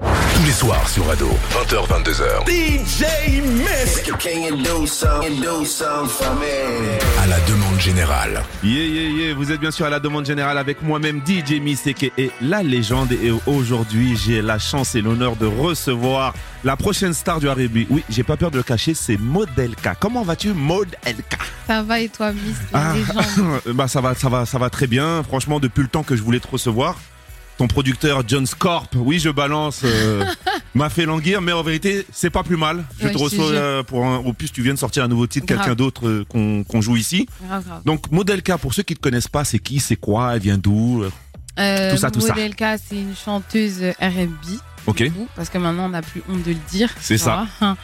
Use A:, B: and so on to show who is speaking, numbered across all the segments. A: Tous les soirs sur Ado, 20h-22h.
B: DJ Miss
C: Can you do something, do something for me?
A: À la demande générale.
D: Yeah, yeah, yeah. Vous êtes bien sûr à la demande générale avec moi-même DJ Mystique et la légende. Et aujourd'hui, j'ai la chance et l'honneur de recevoir la prochaine star du rugby. Oui, j'ai pas peur de le cacher, c'est Modelka. Comment vas-tu, Modelka
E: Ça va et toi, Miss
D: Ah,
E: les gens
D: bah ça va, ça va, ça va très bien. Franchement, depuis le temps que je voulais te recevoir, ton producteur John Scorp, oui, je balance, euh, m'a fait languir, mais en vérité, c'est pas plus mal. Je
E: Ouais,
D: te
E: je te
D: reçois
E: jure.
D: euh, pour un, au plus tu viens de sortir un nouveau titre,
E: Grave.
D: quelqu'un d'autre euh, qu'on qu'on joue ici.
E: Grave, grave.
D: Donc Modelka, pour ceux qui ne connaissent pas, c'est qui, c'est quoi, elle vient d'où euh,
E: Euh,
D: Tout ça, tout ça.
E: Modelka, c'est une chanteuse RB.
D: Ok,
E: Parce que maintenant, on n'a plus honte de le dire.
D: C'est
E: tu vois.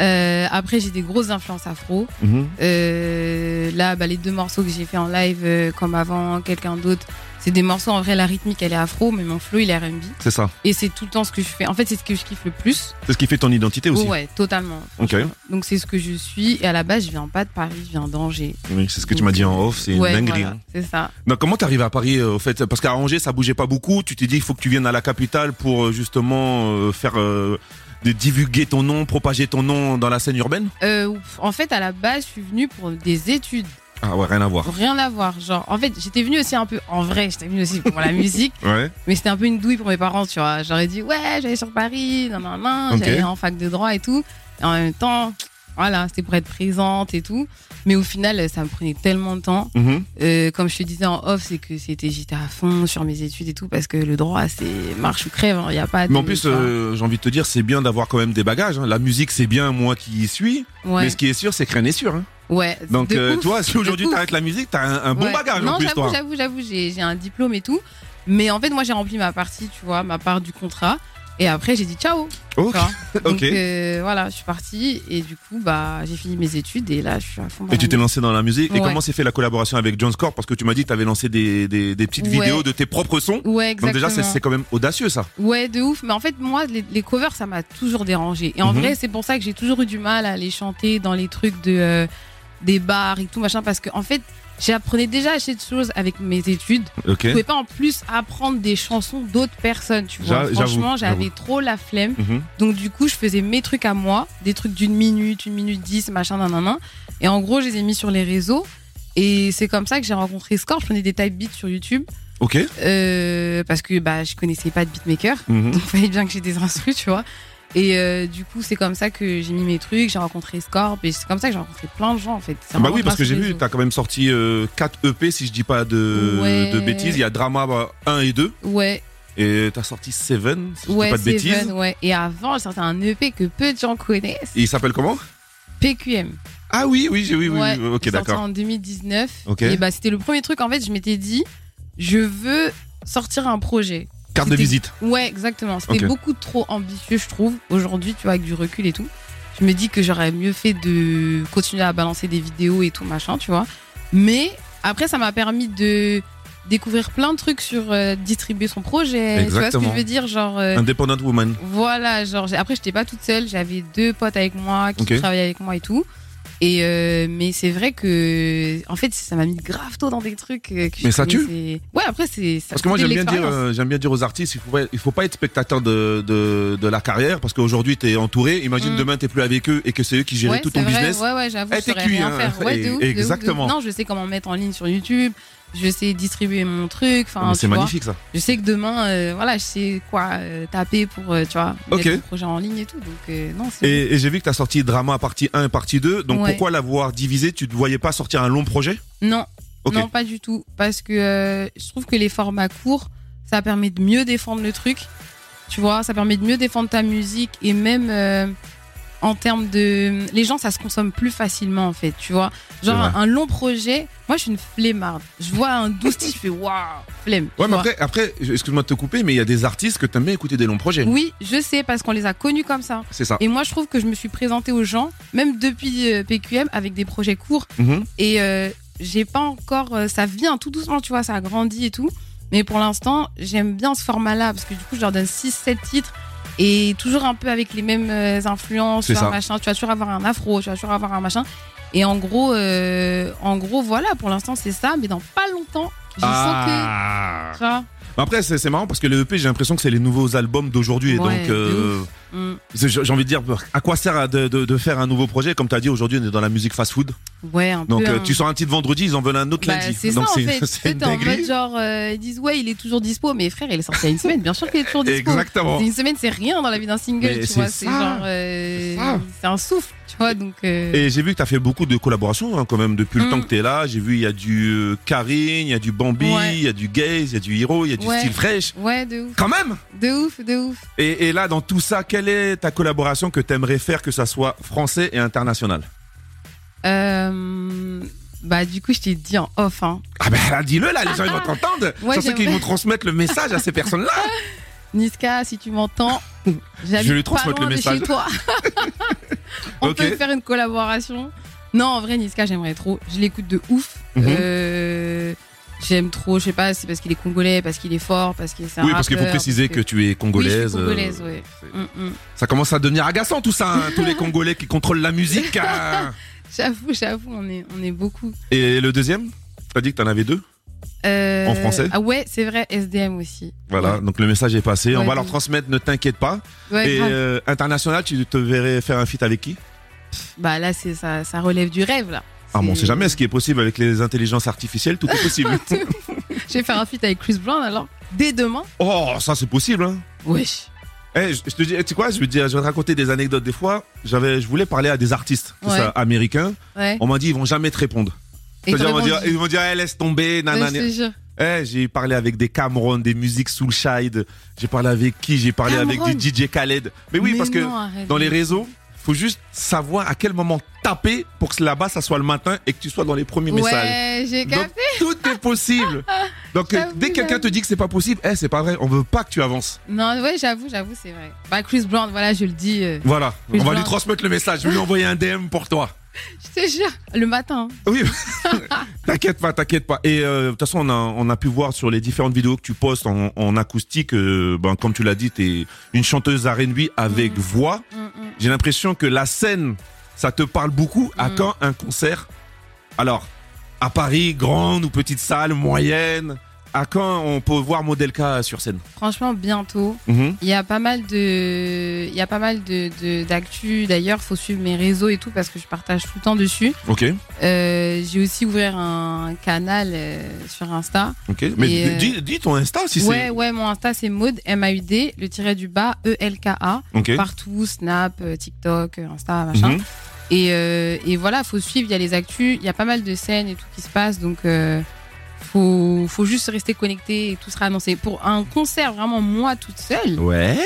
E: Euh, après, j'ai des grosses influences afro.
D: Mhm.
E: Euh, là, bah, les deux morceaux que j'ai fait en live, euh, comme avant, quelqu'un d'autre, c'est des morceaux. En vrai, la rythmique, elle est afro, mais mon flow, il est RB.
D: c'est ça.
E: Et c'est tout le temps ce que je fais. En fait, c'est ce que je kiffe le plus.
D: C'est ce qui fait ton identité aussi.
E: ouais, totalement.
D: Ok,
E: Donc, c'est ce que je suis. Et à la base, je viens pas de Paris, je viens d'Angers.
D: Oui, c'est ce que tu m'as dit en off, c'est une
E: Ouais,
D: dinguerie.
E: voilà,
D: hein.
E: c'est ça.
D: Donc, comment t'es arrivé à Paris euh, au fait Parce qu'à Angers, ça bougeait pas beaucoup. Tu t'es dit, il faut que tu viennes à la capitale pour euh, justement euh, faire euh, de divulguer ton nom, propager ton nom dans la scène urbaine.
E: Euh, ouf. en fait, à la base, je suis venue pour des études.
D: Ah ouais, rien à voir.
E: Rien à voir. Genre, en fait, j'étais venue aussi un peu, en vrai, j'étais venue aussi pour la musique,
D: Ouais.
E: mais c'était un peu une douille pour mes parents, tu vois. J'aurais dit, ouais, j'allais sur Paris, nan, nan, nan,
D: Ok.
E: j'allais en fac de droit et tout. Et en même temps, voilà, c'était pour être présente et tout. Mais au final, ça me prenait tellement de temps.
D: Mhm.
E: Euh, comme je te disais en off, c'est que c'était, j'étais à fond sur mes études et tout, parce que le droit, c'est marche ou crève, il n'y a pas de.
D: Mais en plus,
E: tu vois.
D: euh, j'ai envie de te dire, c'est bien d'avoir quand même des bagages. hein. La musique, c'est bien moi qui y suis.
E: ouais,
D: Mais ce qui est sûr, c'est que rien n'est sûr. hein.
E: ouais.
D: Donc,
E: de
D: euh,
E: ouf,
D: toi, si
E: de
D: aujourd'hui
E: ouf.
D: t'arrêtes la musique, t'as un, un bon
E: Ouais.
D: bagage
E: non,
D: en plus,
E: j'avoue,
D: toi.
E: j'avoue, j'avoue, j'ai j'ai un diplôme et tout. Mais en fait, moi, j'ai rempli ma partie, tu vois, ma part du contrat. Et après, j'ai dit ciao. tu
D: Ok.
E: vois. Donc,
D: ok.
E: euh, voilà, je suis partie. Et du coup, bah, j'ai fini mes études. Et là, je suis à fond. dans
D: Et
E: la
D: tu t'es
E: musique.
D: lancé dans la musique. Et
E: Ouais.
D: comment s'est fait la collaboration avec John Score Parce que tu m'as dit que t'avais lancé des, des, des petites
E: Ouais.
D: vidéos de tes propres sons.
E: Ouais,
D: Donc
E: exactement.
D: déjà, c'est c'est quand même audacieux ça.
E: Ouais, de ouf. Mais en fait, moi, les, les covers, ça m'a toujours dérangé. Et en
D: Mhm.
E: vrai, c'est pour ça que j'ai toujours eu du mal à aller chanter dans les trucs de euh, des bars et tout machin, parce que en fait, j'apprenais déjà à acheter des choses avec mes études.
D: Ok.
E: Je pouvais pas en plus apprendre des chansons d'autres personnes, tu vois.
D: J'a- j'avoue,
E: Franchement,
D: j'avoue.
E: j'avais trop la flemme.
D: Mhm.
E: Donc du coup, je faisais mes trucs à moi, des trucs d'une minute, une minute dix, machin, nan, nan, nan. Et en gros, je les ai mis sur les réseaux. Et c'est comme ça que j'ai rencontré Score. Je prenais des type beats sur YouTube
D: Ok.
E: euh, parce que bah je connaissais pas de beatmaker,
D: Mhm.
E: donc fallait bien que j'ai des instrus, tu vois. Et euh, du coup, c'est comme ça que j'ai mis mes trucs. J'ai rencontré Scorp et c'est comme ça que j'ai rencontré plein de gens en fait. C'est
D: Bah
E: vraiment
D: oui, parce
E: grâce
D: que j'ai
E: aux
D: vu,
E: réseaux.
D: t'as quand même sorti euh, 4 EP si je dis pas de,
E: Ouais.
D: de bêtises. Il y a Drama bah, 1 et 2.
E: Ouais,
D: Et t'as sorti Seven si je dis
E: ouais,
D: pas de
E: Seven,
D: bêtises.
E: ouais. Et avant, j'ai sorti un EP que peu de gens connaissent.
D: Et il s'appelle comment
E: PQM.
D: Ah oui, oui, j'ai- oui, oui.
E: Ouais,
D: oui. Ok,
E: sorti
D: d'accord.
E: en 2019.
D: Ok.
E: Et bah, c'était le premier truc. En fait, je m'étais dit, je veux sortir un projet.
D: Carte de
E: c'était-
D: visite.
E: Ouais, exactement. C'était
D: Ok.
E: beaucoup trop ambitieux, je trouve. Aujourd'hui, tu vois, avec du recul et tout, je me dis que j'aurais mieux fait de continuer à balancer des vidéos et tout machin, tu vois. Mais après, ça m'a permis de découvrir plein de trucs sur euh, distribuer son projet. Tu vois ce que
D: Exactement.
E: je veux dire, genre. euh,
D: Independent Woman.
E: voilà, genre j'ai- après j'étais pas toute seule, j'avais deux potes avec moi qui
D: Ok.
E: travaillaient avec moi et tout. Et euh, mais c'est vrai que en fait ça m'a mis grave tôt dans des trucs. euh, Que je
D: Mais ça tue.
E: connaissais. Ouais, après c'est. ça
D: Parce que moi
E: coûtait
D: j'aime bien
E: de
D: dire,
E: l'expérience.
D: euh, j'aime bien dire aux artistes, il faut pas, il faut pas être spectateur de, de, de la carrière parce qu'aujourd'hui t'es entouré. Imagine
E: Mm.
D: demain t'es plus avec eux et que c'est eux qui gèrent
E: Ouais,
D: tout
E: c'est
D: ton
E: vrai.
D: business.
E: Ouais, ouais, j'avoue,
D: Eh,
E: je
D: t'es
E: saurais
D: cuit,
E: rien
D: hein.
E: faire. Ouais, de
D: Et-
E: ouf, de ouf, de ouf.
D: exactement.
E: Non, je sais comment mettre en ligne sur YouTube. Je sais distribuer mon truc. Enfin,
D: Non, Ah, mais
E: tu
D: c'est
E: vois.
D: magnifique ça.
E: Je sais que demain, euh, voilà, je sais quoi euh, taper pour, euh, tu vois,
D: Ok.
E: mettre mon projet en ligne et tout. Donc, euh, non, c'est.
D: Et, et j'ai vu que t'as sorti Drama partie 1 et partie 2. Donc
E: Ouais.
D: pourquoi l'avoir divisé Tu te voyais pas sortir un long projet
E: Non,
D: Ok.
E: non, pas du tout. Parce que euh, je trouve que les formats courts, ça permet de mieux défendre le truc. Tu vois, ça permet de mieux défendre ta musique et même euh, en termes de. Les gens, ça se consomme plus facilement en fait, tu vois. Genre
D: C'est vrai.
E: un long projet, moi je suis une flemmarde. Je vois un dousty, je fais waouh, flemme. tu
D: Ouais, mais
E: vois.
D: après, après excuse-moi de te couper, mais il y a des artistes que t'aimes bien écouter des longs projets.
E: Oui, je sais, parce qu'on les a connus comme ça.
D: C'est ça.
E: Et moi je trouve que je me suis présentée aux gens, même depuis euh, PQM, avec des projets courts.
D: Mhm.
E: et euh, j'ai pas encore euh, ça vient tout doucement tu vois ça grandit et tout mais pour l'instant j'aime bien ce format là parce que du coup je leur donne 6 7 titres et toujours un peu avec les mêmes euh, influences
D: C'est
E: tu vois,
D: ça.
E: machin tu vas toujours avoir un afro tu vas toujours avoir un machin et en gros
D: Ah.
E: euh, en gros voilà pour l'instant c'est ça mais dans pas longtemps je sens que tu vois
D: Après, c'est c'est marrant parce que les EP, j'ai l'impression que c'est les nouveaux albums d'aujourd'hui. Et
E: Ouais,
D: donc,
E: de
D: euh,
E: Mm.
D: c'est- j'ai envie de dire, à quoi sert de, de- de faire un nouveau projet Comme tu as dit, aujourd'hui, on est dans la musique fast-food.
E: Ouais, un
D: Donc,
E: peu.
D: euh,
E: hein.
D: tu sors un titre vendredi, ils en veulent un autre
E: Bah,
D: lundi.
E: c'est ça
D: donc,
E: en
D: c'est-
E: fait. Tu
D: c'est
E: sais,
D: une
E: t'es en
D: dinguerie.
E: mode genre, euh, ils disent ouais, il est toujours dispo, mais frère, il est sorti il y a une semaine. Bien sûr qu'il est toujours dispo.
D: Exactement.
E: C'est Une semaine, c'est rien dans la vie d'un single,
D: Oh. Mais
E: tu
D: c'est
E: vois. C'est
D: ça.
E: genre, euh,
D: C'est ça.
E: c'est un souffle, tu vois. Donc, euh,
D: Et j'ai vu que t'as fait beaucoup de collaborations hein, quand même depuis le
E: Mm.
D: temps que t'es là. J'ai vu il y a du euh, Karine, il y a du Bambi, il
E: Ouais.
D: y a du Gaze, il y a du Hiro, il y a du
E: Ouais.
D: Style Fresh.
E: ouais, de ouf,
D: Quand même
E: de ouf, de ouf.
D: et, et là, dans tout ça, quelle est ta collaboration que t'aimerais faire que ça soit français et international
E: Euh, bah, du coup, je t'ai dit en off, hein.
D: Ah ben là, dis-le là, les gens ils vont t'entendre.
E: Ouais,
D: Sur ceux qui
E: j'aimerais.
D: vont transmettre le message à ces personnes-là.
E: Niska, si tu m'entends, j'habite
D: lui
E: pas
D: transmettre
E: loin
D: le
E: de
D: message.
E: chez toi. On
D: Ok.
E: peut faire une collaboration. Non, en vrai, Niska, j'aimerais trop. Je l'écoute de ouf.
D: Mhm.
E: Euh, J'aime trop, je sais pas, c'est parce qu'il est congolais, parce qu'il est fort, parce que c'est un
D: Oui, parce qu'il faut
E: rappeur,
D: préciser que tu es congolaise.
E: Oui, je suis congolaise,
D: euh,
E: ouais.
D: c'est-
E: Mm, mm.
D: Ça commence à devenir agaçant tout ça, hein, tous les Congolais qui contrôlent la musique. hein.
E: J'avoue, j'avoue, on est, on est beaucoup.
D: Et le deuxième T'as dit que t'en avais deux
E: Euh,
D: En français
E: Ah ouais, c'est vrai, SDM aussi.
D: Voilà,
E: Ouais.
D: donc le message est passé. On
E: Ouais,
D: va
E: de
D: leur
E: ouf.
D: transmettre, ne t'inquiète pas.
E: Ouais,
D: Et
E: grave.
D: euh, international, tu te verrais faire un feat avec qui
E: Bah là, c'est ça, ça relève du rêve, là.
D: Ah bon, on sait
E: C'est-
D: jamais ce qui est possible avec les intelligences artificielles, tout est possible.
E: Je vais faire un feat avec Chris Brown, alors, dès demain.
D: oh, ça c'est possible. Hein.
E: Wesh.
D: Eh, je je te dis, eh, tu sais quoi Je vais te dire, je vais te raconter des anecdotes. Des fois, j'avais, je voulais parler à des artistes que
E: Ouais.
D: ça, américains.
E: Ouais.
D: On m'a dit, ils vont jamais te répondre.
E: Et
D: C'est-à-dire,
E: t'as
D: on m'a dit,
E: répondu.
D: ils vont dire, eh, laisse tomber,
E: Ouais,
D: nanana.
E: je te jure.
D: Eh, j'ai parlé avec des Cameron, des musiques Soulshide. J'ai parlé avec qui J'ai parlé
E: Cameron
D: avec du DJ Khaled. Mais oui,
E: Mais
D: parce que
E: non, arrête.
D: dans les réseaux, faut juste savoir à quel moment taper pour que là-bas ça soit le matin et que tu sois dans les premiers messages.
E: Ouais, j'ai
D: Donc
E: capté.
D: tout est possible. Donc euh,
E: J'avoue,
D: dès que quelqu'un
E: j'avoue.
D: te dit que c'est pas possible, eh c'est pas vrai, on veut pas que tu avances.
E: Non, ouais, j'avoue, j'avoue, c'est vrai. Bah, Chris Brown, voilà, je le dis. euh,
D: Voilà, on
E: Oui,
D: va
E: je
D: lui
E: vois.
D: transmettre le message, je vais lui envoyer un DM pour toi.
E: je te jure, le matin. hein.
D: Oui. t'inquiète pas, t'inquiète pas. Et euh, de toute façon, on a, on a pu voir sur les différentes vidéos que tu postes en, en acoustique, euh, ben, comme tu l'as dit, t'es une chanteuse R&B avec
E: Mhm.
D: voix.
E: Mm, mm.
D: J'ai l'impression que la scène, ça te parle beaucoup. À
E: Mhm.
D: quand un concert Alors, à Paris, grande ou petite salle, moyenne À quand on peut voir Modelka sur scène
E: Franchement, bientôt. Il y a pas mal de, il y a pas mal de de- d'actu. D'ailleurs, faut suivre mes réseaux et tout parce que je partage tout le temps dessus.
D: Ok,
E: Euh, j'ai aussi ouvert un canal euh, sur Insta.
D: ok.
E: Et,
D: Mais
E: euh,
D: dis, dis ton Insta si
E: ouais, ouais, mon Insta c'est Maud M A U D le tiret du bas E L K A
D: c'est. Ok.
E: partout, Snap, euh, TikTok, euh, Insta, machin.
D: Mhm.
E: Et, euh, et voilà, faut suivre, il y a les actus, il y a pas mal de scènes et tout qui se passe, donc euh, faut, faut juste rester connecté et tout sera annoncé. Pour un concert vraiment moi toute seule,
D: Ouais.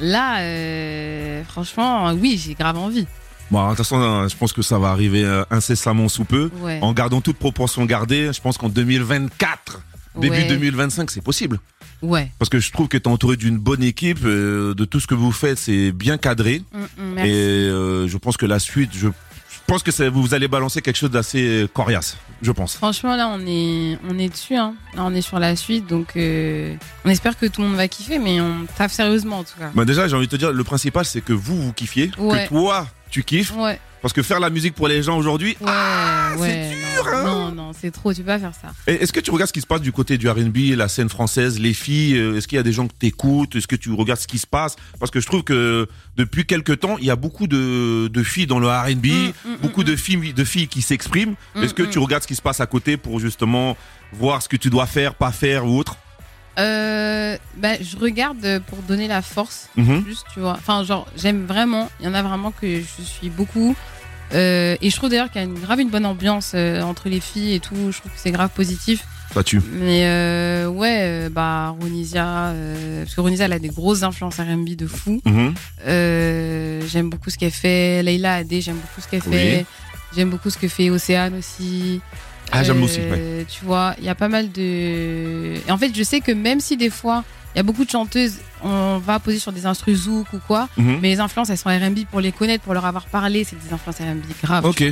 E: là, euh, franchement, oui, j'ai grave envie.
D: Bon, de toute façon, euh, je pense que ça va arriver euh, incessamment sous peu.
E: Ouais.
D: En gardant toute proportion gardée, je pense qu'en 2024, début
E: ouais,
D: 2025, c'est possible.
E: Ouais.
D: Parce que je trouve que tu es entouré d'une bonne équipe, euh, de tout ce que vous faites, c'est bien cadré.
E: Mm, mm, merci.
D: Et euh, je pense que la suite, je, je pense que ça- vous allez balancer quelque chose d'assez euh, coriace, je pense.
E: Franchement, là, on est, on est dessus, hein. Là, on est sur la suite, donc euh, on espère que tout le monde va kiffer, mais on taffe sérieusement en tout cas.
D: Bah déjà, j'ai envie de te dire, le principal, c'est que vous, vous kiffiez,
E: Ouais.
D: que toi, tu kiffes.
E: Ouais. Ah,
D: Parce que faire la musique pour les gens aujourd'hui...
E: Ouais, ouais, non,
D: hein.
E: non, non, c'est trop, tu peux pas faire ça.
D: Et Est-ce que tu regardes ce qui se passe du côté du RB, la scène française, les filles euh, Est-ce qu'il y a des gens que t'écoutes Est-ce que tu regardes ce qui se passe Parce que je trouve que depuis quelques temps, il y a beaucoup de, de filles dans le RB,
E: Mm, mm,
D: beaucoup
E: mm,
D: de, filles, de filles qui s'expriment.
E: Mm,
D: Est-ce que
E: mm.
D: tu regardes ce qui se passe à côté pour justement voir ce que tu dois faire, pas faire ou autre
E: Euh, bah, je regarde pour donner la force,
D: Mhm.
E: juste, tu vois. Enfin, genre, j'aime vraiment. Il y en a vraiment que je suis beaucoup. Euh, et je trouve d'ailleurs qu'il y a une, grave une bonne ambiance euh, entre les filles et tout. Je trouve que c'est grave positif.
D: Ça tue.
E: Mais euh, ouais, euh, bah, Ronisia, euh, parce que Ronisia, elle a des grosses influences RB de fou.
D: Mhm.
E: Euh, j'aime beaucoup ce qu'elle fait. Leila Adé, j'aime beaucoup ce qu'elle
D: Oui.
E: fait. J'aime beaucoup ce que fait Océane aussi.
D: Ah, j'aime
E: Euh,
D: aussi,
E: Tu vois, il y a pas mal de. Et en fait, je sais que même si des fois, il y a beaucoup de chanteuses, on va poser sur des instrus zouk ou quoi,
D: Mhm.
E: mais les influences, elles sont RB pour les connaître, pour leur avoir parlé, c'est des influences RB graves.
D: Ok.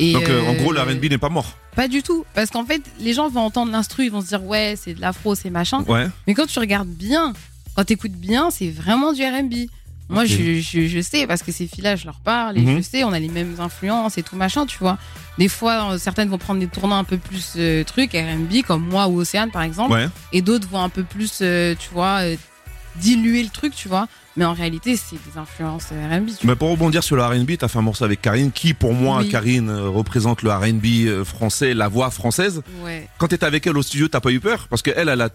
E: Et
D: Donc euh, en
E: euh,
D: gros, le RB n'est pas mort.
E: Pas du tout. Parce qu'en fait, les gens vont entendre l'instru, ils vont se dire, ouais, c'est de l'afro, c'est machin.
D: Ouais.
E: Mais quand tu regardes bien, quand t'écoutes bien, c'est vraiment du RB. Moi,
D: Ok.
E: je, je, je sais, parce que ces filles-là, je leur parle, et
D: Mhm.
E: je sais, on a les mêmes influences et tout machin, tu vois. Des fois, euh, certaines vont prendre des tournants un peu plus euh, trucs, RB, comme moi ou Océane, par exemple,
D: Ouais.
E: et d'autres vont un peu plus, euh, tu vois, euh, diluer le truc, tu vois. Mais en réalité, c'est des influences euh, RB, tu vois.
D: Mais pour rebondir sur le R&B, t'as fait un morceau avec Karine, qui pour moi,
E: Oui.
D: Karine euh, représente le R&B euh, français, la voix française.
E: Ouais.
D: Quand t'étais avec elle au studio, t'as pas eu peur Parce qu'elle, elle a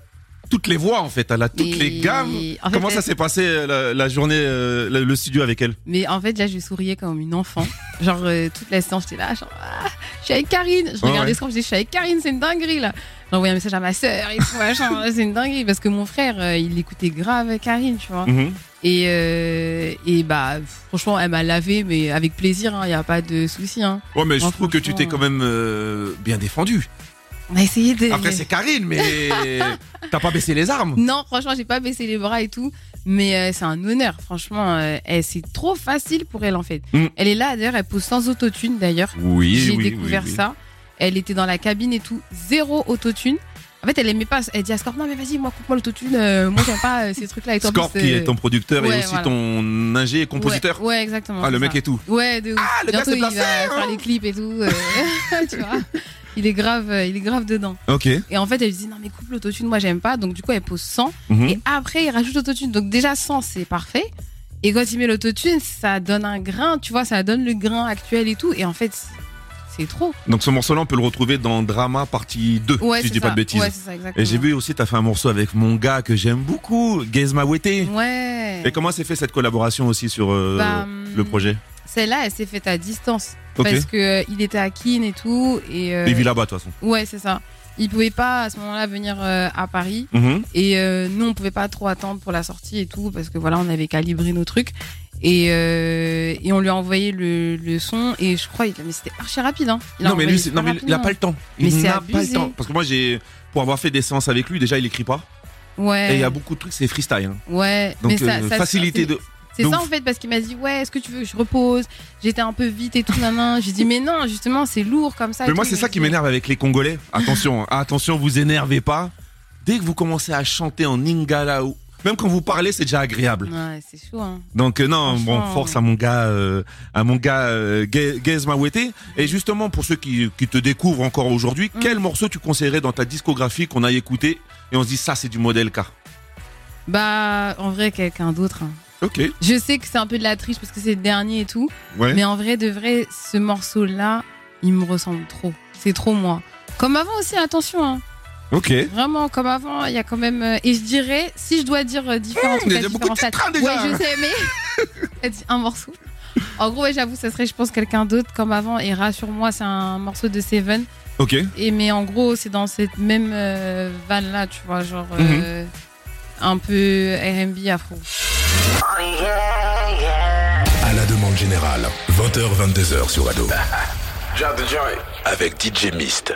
D: toutes les voix en fait, elle a toutes
E: Mais-
D: les gammes.
E: en fait,
D: Comment ça
E: là-
D: s'est passé euh, la, la journée, euh, le, le studio avec elle
E: Mais en fait, là, je souriais comme une enfant. Genre, euh, toute la séance, j'étais là, genre, Ah, je suis avec Karine. Je
D: Ouais,
E: regardais
D: ouais.
E: ce qu'on faisait, je suis avec Karine, c'est une dinguerie, là. J'ai envoyé un message à ma sœur et tout, machin, là, c'est une dinguerie. Parce que mon frère, euh, il écoutait grave Karine, tu vois.
D: Mhm.
E: Et, euh, et bah, franchement, elle m'a lavé, mais avec plaisir, il n'y a pas de souci. Hein.
D: Ouais, mais je
E: Non,
D: trouve que tu t'es
E: franchement,
D: quand même euh, bien défendu.
E: On a essayé de.
D: Après, c'est Karine, mais t'as pas baissé les armes.
E: Non, franchement, j'ai pas baissé les bras et tout. Mais euh, c'est un honneur, franchement. euh, elle- c'est trop facile pour elle, en fait.
D: Mm.
E: Elle est là, d'ailleurs, elle pose sans autotune, d'ailleurs.
D: Oui,
E: J'ai découvert ça. Elle était dans la cabine et tout, zéro autotune. En fait, elle aimait pas. Elle dit à Scorp, non, mais vas-y, moi, coupe-moi l'autotune. euh, moi, j'aime pas euh, ces trucs-là. Et tout. En
D: Scorp,
E: plus,
D: qui
E: euh,
D: est ton producteur et
E: ouais,
D: aussi
E: voilà.
D: ton ingé et compositeur.
E: Ouais, ouais, exactement.
D: ah, le
E: c'est
D: mec
E: ça.
D: et tout.
E: Ouais, de ouf.
D: Ah, le gars
E: Bientôt,
D: s'est
E: il va
D: placé, hein.
E: faire les clips et tout. euh, tu vois il est grave, euh, il est grave dedans.
D: Ok.
E: Et en fait, elle dit non mais coupe l'autotune, moi j'aime pas. Donc du coup, elle pose 100
D: Mhm.
E: et après il rajoute l'autotune. Donc déjà 100 c'est parfait. Et quand il met l'autotune, ça donne un grain, tu vois, ça donne le grain actuel et tout. Et en fait, c'est- c'est trop.
D: Donc ce morceau-là, on peut le retrouver dans Drama partie 2,
E: Ouais,
D: si je
E: c'est
D: dis pas
E: ça.
D: de bêtises.
E: Ouais, c'est ça, exactement.
D: et j'ai vu aussi, t'as fait un morceau avec mon gars que j'aime beaucoup, Gezma Wete.
E: Ouais.
D: Et comment s'est fait cette collaboration aussi sur euh,
E: Bah, hum,
D: le projet
E: Celle-là, elle s'est faite à distance
D: Ok.
E: parce que euh, il était à Keene et tout et. euh,
D: Il vit là-bas, de toute façon.
E: ouais, c'est ça. Il pouvait pas à ce moment-là venir euh, à Paris.
D: Mhm.
E: Et euh, nous, on pouvait pas trop attendre pour la sortie et tout, parce que voilà, on avait calibré nos trucs. Et, euh, et on lui a envoyé le, le son, et je crois, il, mais c'était archi rapide. Hein. Il a
D: Non, mais
E: envoyé
D: lui, c'est-
E: super
D: non, mais il a
E: rapidement.
D: pas le temps.
E: Mais
D: il
E: c'est
D: n'a pas le
E: abusé.
D: temps. Parce que moi, j'ai. Pour avoir fait des séances avec lui, déjà, il écrit pas.
E: Ouais.
D: Et il y a beaucoup de trucs, c'est freestyle. hein.
E: Ouais.
D: Donc,
E: mais ça-
D: euh,
E: ça-
D: facilité
E: c'est-
D: de.
E: C'est
D: de
E: ça
D: ouf.
E: en fait, parce qu'il m'a dit, ouais, est-ce que tu veux que je repose J'étais un peu vite et tout, nanan. J'ai dit, mais non, justement, c'est lourd comme ça. et
D: Mais moi,
E: tout.
D: c'est
E: Il
D: ça
E: m'a
D: qui
E: dit,
D: m'énerve avec les Congolais. Attention, hein. attention, vous énervez pas. Dès que vous commencez à chanter en Lingala ou même quand vous parlez, c'est déjà agréable.
E: Ouais, c'est chaud, hein.
D: Donc euh, non, bon,
E: Franchement,
D: force à mon gars, euh, à mon gars euh, Ge- Gez Mawete. Et justement, pour ceux qui, qui te découvrent encore aujourd'hui,
E: Mm.
D: quel morceau tu conseillerais dans ta discographie qu'on aille écouter et on se dit ça, c'est du modèle K.
E: Bah, en vrai, quelqu'un d'autre. hein.
D: Ok,
E: Je sais que c'est un peu de la triche parce que c'est le dernier et tout.
D: ouais.
E: Mais en vrai, de vrai, ce morceau-là, il me ressemble trop. C'est trop moi. Comme avant aussi, attention. hein.
D: Ok.
E: Vraiment, comme avant, il y a quand même. euh, Et je dirais, si je dois dire euh,
D: il
E: différents
D: y
E: trucs,
D: a
E: à
D: déjà beaucoup
E: différents
D: de
E: stades-
D: titres, hein, déjà.
E: Ouais, je sais, mais. T'as dit un morceau. En gros, ouais, j'avoue, ça serait, je pense, quelqu'un d'autre comme avant. Et rassure-moi, c'est un morceau de Seven.
D: Ok.
E: Et mais en gros, c'est dans cette même euh, vanne-là, tu vois, genre.
D: Mhm.
E: euh, Un peu RB afro.
A: À la demande générale. 20h, 22h sur Ado. Avec DJ Mist.